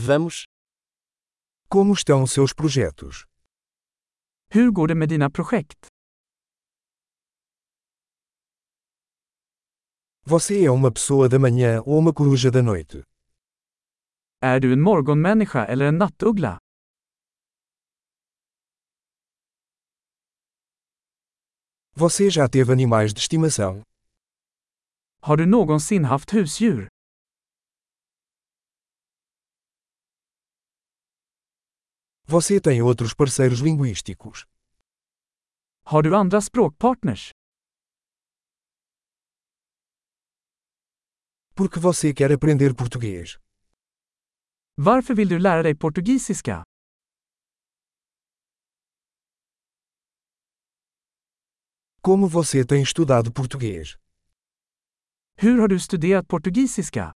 Vamos. Como estão seus projetos? Hur går det med dina projekt? Você é uma pessoa da manhã ou uma coruja da noite? Är du en morgonmänniska eller en nattuggla? Você já teve animais de estimação? Har du någonsin haft husdjur? Você tem outros parceiros linguísticos? Har du andra språkpartners? Por que você quer aprender português? Varför vill du lära dig portugisiska? Como você tem estudado português? Hur har du studerat portugisiska?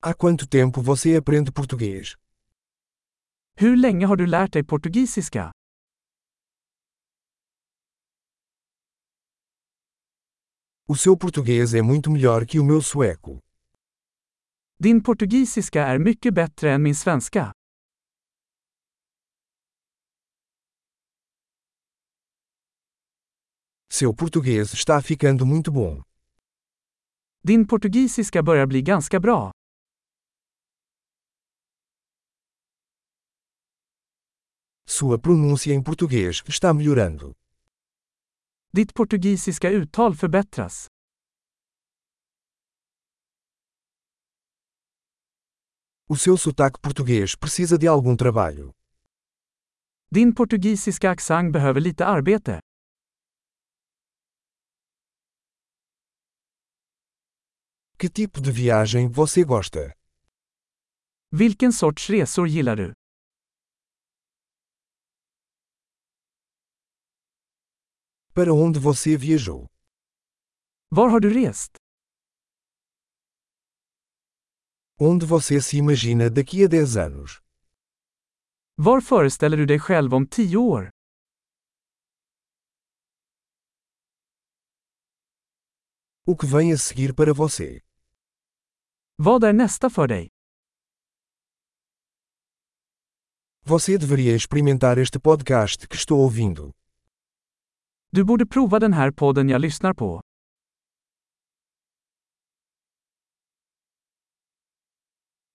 Há quanto tempo você aprende português? Hur länge har du lärt dig portugisiska? O seu português é muito melhor que o meu sueco. Din portugisiska är mycket bättre än min svenska. Seu português está ficando muito bom. Din portugisiska börjar bli ganska bra. Sua pronúncia em português está melhorando. Ditt portugisiska uttal förbättras. O seu sotaque português precisa de algum trabalho. Din portugisiska accent behöver lite arbete. Que tipo de viagem você gosta? Vilken sorts resor gillar du? Para onde você viajou? Var har du rest? Onde você se imagina daqui a 10 anos? Var föreställer du dig själv om tio år? O que vem a seguir para você? Vad är nästa för dig? Você deveria experimentar este podcast que estou ouvindo. Du borde prova den här podden jag lyssnar på.